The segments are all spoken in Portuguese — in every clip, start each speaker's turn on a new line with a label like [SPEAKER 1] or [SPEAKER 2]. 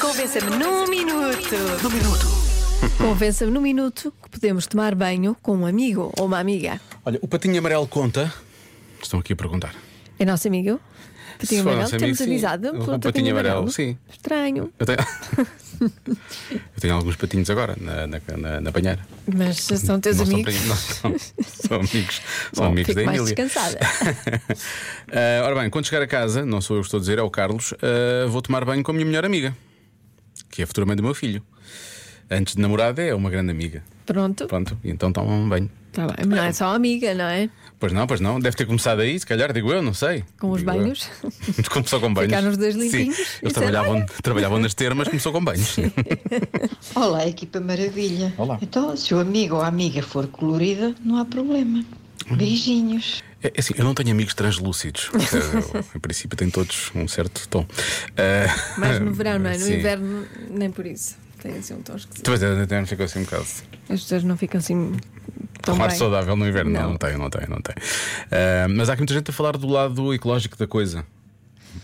[SPEAKER 1] Convença-me num minuto. Num minuto. Convença-me num minuto que podemos tomar banho com um amigo ou uma amiga.
[SPEAKER 2] Olha, o patinho amarelo conta. Estou aqui a perguntar.
[SPEAKER 1] É nosso amigo? Patinho
[SPEAKER 2] Se for
[SPEAKER 1] amarelo,
[SPEAKER 2] nosso
[SPEAKER 1] temos
[SPEAKER 2] amigo, sim.
[SPEAKER 1] avisado
[SPEAKER 2] O
[SPEAKER 1] pelo
[SPEAKER 2] patinho amarelo, sim.
[SPEAKER 1] Estranho.
[SPEAKER 2] Eu tenho, Eu tenho alguns patinhos agora na, na, na, na banheira.
[SPEAKER 1] Mas são teus
[SPEAKER 2] não são
[SPEAKER 1] amigos.
[SPEAKER 2] patinhos, não são, são amigos, são
[SPEAKER 1] Bom,
[SPEAKER 2] amigos
[SPEAKER 1] fico
[SPEAKER 2] da
[SPEAKER 1] mais
[SPEAKER 2] Emília.
[SPEAKER 1] descansada.
[SPEAKER 2] Ah, ora bem, quando chegar a casa, não sou eu que estou a dizer, é o Carlos, ah, vou tomar banho com a minha melhor amiga, que é a futura mãe do meu filho. Antes de namorada, é uma grande amiga.
[SPEAKER 1] Pronto.
[SPEAKER 2] Pronto, e então tomam um banho.
[SPEAKER 1] Tá bem. Não é só amiga, não é?
[SPEAKER 2] Pois não, pois não, deve ter começado aí, se calhar, digo eu, não sei.
[SPEAKER 1] Com os
[SPEAKER 2] Digo eu.
[SPEAKER 1] banhos.
[SPEAKER 2] Começou com banhos.
[SPEAKER 1] Ficaram os dois
[SPEAKER 2] Sim,
[SPEAKER 1] limpinhos é e
[SPEAKER 2] eles
[SPEAKER 1] disseram,
[SPEAKER 2] trabalhavam, trabalhavam nas termas, começou com banhos.
[SPEAKER 3] Olá, equipa maravilha.
[SPEAKER 2] Olá.
[SPEAKER 3] Então, se o amigo ou a amiga for colorida, não há problema. Beijinhos.
[SPEAKER 2] É, é assim, eu não tenho amigos translúcidos. Eu, em princípio, têm todos um certo tom. Ah,
[SPEAKER 1] Mais no verão, não é? No
[SPEAKER 2] sim.
[SPEAKER 1] inverno, nem por isso. Tem assim um tom esquisito.
[SPEAKER 2] Pois é, até não ficou assim um bocado.
[SPEAKER 1] As pessoas não ficam assim tão
[SPEAKER 2] Um ar
[SPEAKER 1] bem.
[SPEAKER 2] saudável no inverno. Não,
[SPEAKER 1] Não.
[SPEAKER 2] não tem, não tem, não tem. Ah, mas há aqui muita gente a falar do lado ecológico da coisa.
[SPEAKER 1] Ah,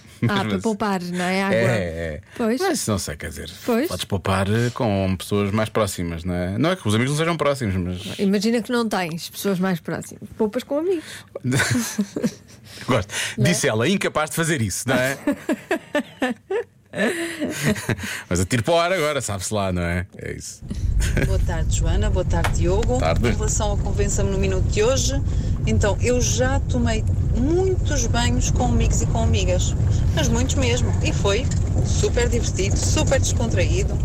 [SPEAKER 2] Mas-
[SPEAKER 1] para poupar, não é? Água.
[SPEAKER 2] É, é.
[SPEAKER 1] Pois.
[SPEAKER 2] Mas não sei, quer dizer,
[SPEAKER 1] Pois.
[SPEAKER 2] podes poupar eh, com pessoas mais próximas, não é? Não é que os amigos não sejam próximos, mas.
[SPEAKER 1] Imagina que não tens pessoas mais próximas. Poupas com amigos.
[SPEAKER 2] Gosto.
[SPEAKER 1] é?
[SPEAKER 2] Disse ela, incapaz de fazer isso, não é? mas atiro para o ar agora, sabe-se lá, não é? É isso.
[SPEAKER 4] Boa tarde, Joana. Boa tarde, Diogo.
[SPEAKER 2] Tarde.
[SPEAKER 4] Em relação ao Convença-me no Minuto de hoje, então, eu já tomei muitos banhos com amigos e com amigas, mas muitos mesmo. E foi super divertido, super descontraído.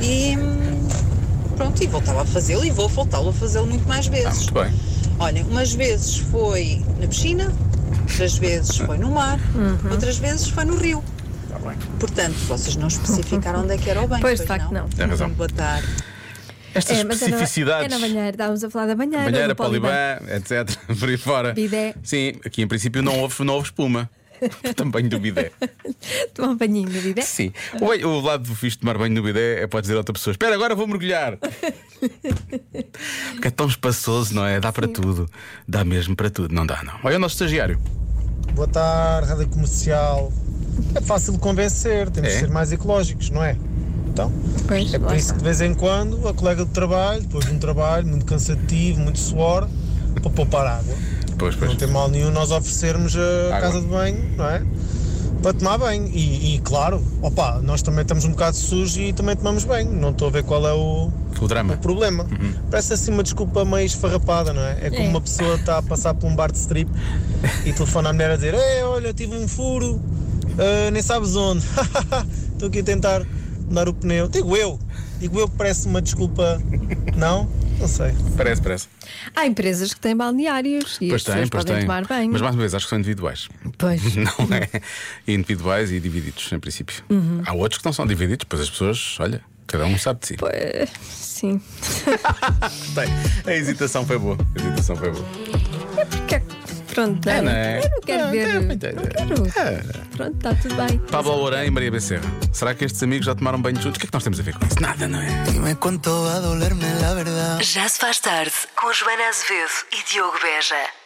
[SPEAKER 4] E hum, pronto, e voltava a fazê-lo e vou voltá-lo a fazê-lo muito mais
[SPEAKER 2] Ah,
[SPEAKER 4] vezes.
[SPEAKER 2] muito bem.
[SPEAKER 4] Olha, umas vezes foi na piscina, outras vezes foi no mar,
[SPEAKER 1] Uhum.
[SPEAKER 4] outras vezes foi no rio.
[SPEAKER 2] Tá
[SPEAKER 4] Portanto, vocês não especificaram onde é que era o banho.
[SPEAKER 1] Pois, de facto, não.
[SPEAKER 2] Tem razão.
[SPEAKER 4] Boa tarde.
[SPEAKER 2] Estas
[SPEAKER 1] mas é era, é
[SPEAKER 2] especificidades.
[SPEAKER 1] na banheira. Estávamos a falar da banheira.
[SPEAKER 2] Banheira,
[SPEAKER 1] do poliban.
[SPEAKER 2] Poliban, etc. Por aí fora.
[SPEAKER 1] Bidé.
[SPEAKER 2] Sim, aqui em princípio não houve, não houve espuma. Também do bidé.
[SPEAKER 1] Tomar um banhinho de vida.
[SPEAKER 2] Sim. O, banho- o lado do fixe de tomar banho no bidé é pode dizer a outra pessoa: Espera, agora vou mergulhar. Porque é tão espaçoso, não é? Dá para tudo. Dá mesmo para tudo. Não dá, não. Olha o nosso estagiário.
[SPEAKER 5] Boa tarde, Rádio Comercial. É fácil de convencer, temos
[SPEAKER 2] É?
[SPEAKER 5] de ser mais ecológicos, não é? Então,
[SPEAKER 1] Pois,
[SPEAKER 5] é por
[SPEAKER 1] lá
[SPEAKER 5] isso
[SPEAKER 1] está.
[SPEAKER 5] que de vez em quando a colega de trabalho, depois de um trabalho muito cansativo, muito suor, para poupar água.
[SPEAKER 2] Pois, pois.
[SPEAKER 5] Não tem mal nenhum nós oferecermos a
[SPEAKER 2] Água.
[SPEAKER 5] casa de banho, não é? Para tomar banho. E, e, claro, opa, nós também estamos um bocado sujos e também tomamos banho. Não estou a ver qual é o,
[SPEAKER 2] O drama.
[SPEAKER 5] o problema. Parece assim uma desculpa meio esfarrapada, não é? É como
[SPEAKER 1] É.
[SPEAKER 5] uma pessoa está a passar por um bar de strip e telefona à mulher a dizer: Ei, olha, tive um furo, ah, nem sabes onde. Estou aqui a tentar mudar o pneu. Digo eu, digo eu que parece uma desculpa. Não? Não sei.
[SPEAKER 2] Parece, parece.
[SPEAKER 1] Há empresas que têm balneários e as
[SPEAKER 2] pois tem,
[SPEAKER 1] pessoas
[SPEAKER 2] pois
[SPEAKER 1] podem
[SPEAKER 2] tem.
[SPEAKER 1] tomar banho.
[SPEAKER 2] Mas mais uma vez, acho que são individuais.
[SPEAKER 1] Pois.
[SPEAKER 2] Não é? Individuais e divididos, em princípio.
[SPEAKER 1] Uhum.
[SPEAKER 2] Há outros que não são divididos, pois as pessoas, olha, cada um sabe de si.
[SPEAKER 1] Eh, Sim.
[SPEAKER 2] Bem, a hesitação foi boa. A hesitação foi boa.
[SPEAKER 1] Que- Pronto, não,
[SPEAKER 2] não é?
[SPEAKER 1] eu não quero
[SPEAKER 2] Não,
[SPEAKER 1] ver.
[SPEAKER 2] não É. quero.
[SPEAKER 1] Não quero. Pronto, está tudo bem.
[SPEAKER 2] Pablo Alorém e Maria Becerra. Será que estes amigos já tomaram banho juntos? O que é que nós temos a ver com isso? Nada, não é?
[SPEAKER 6] Dime cuánto va a dolerme la verdad.
[SPEAKER 7] Já se faz tarde com Joana Azevedo e Diogo Beja.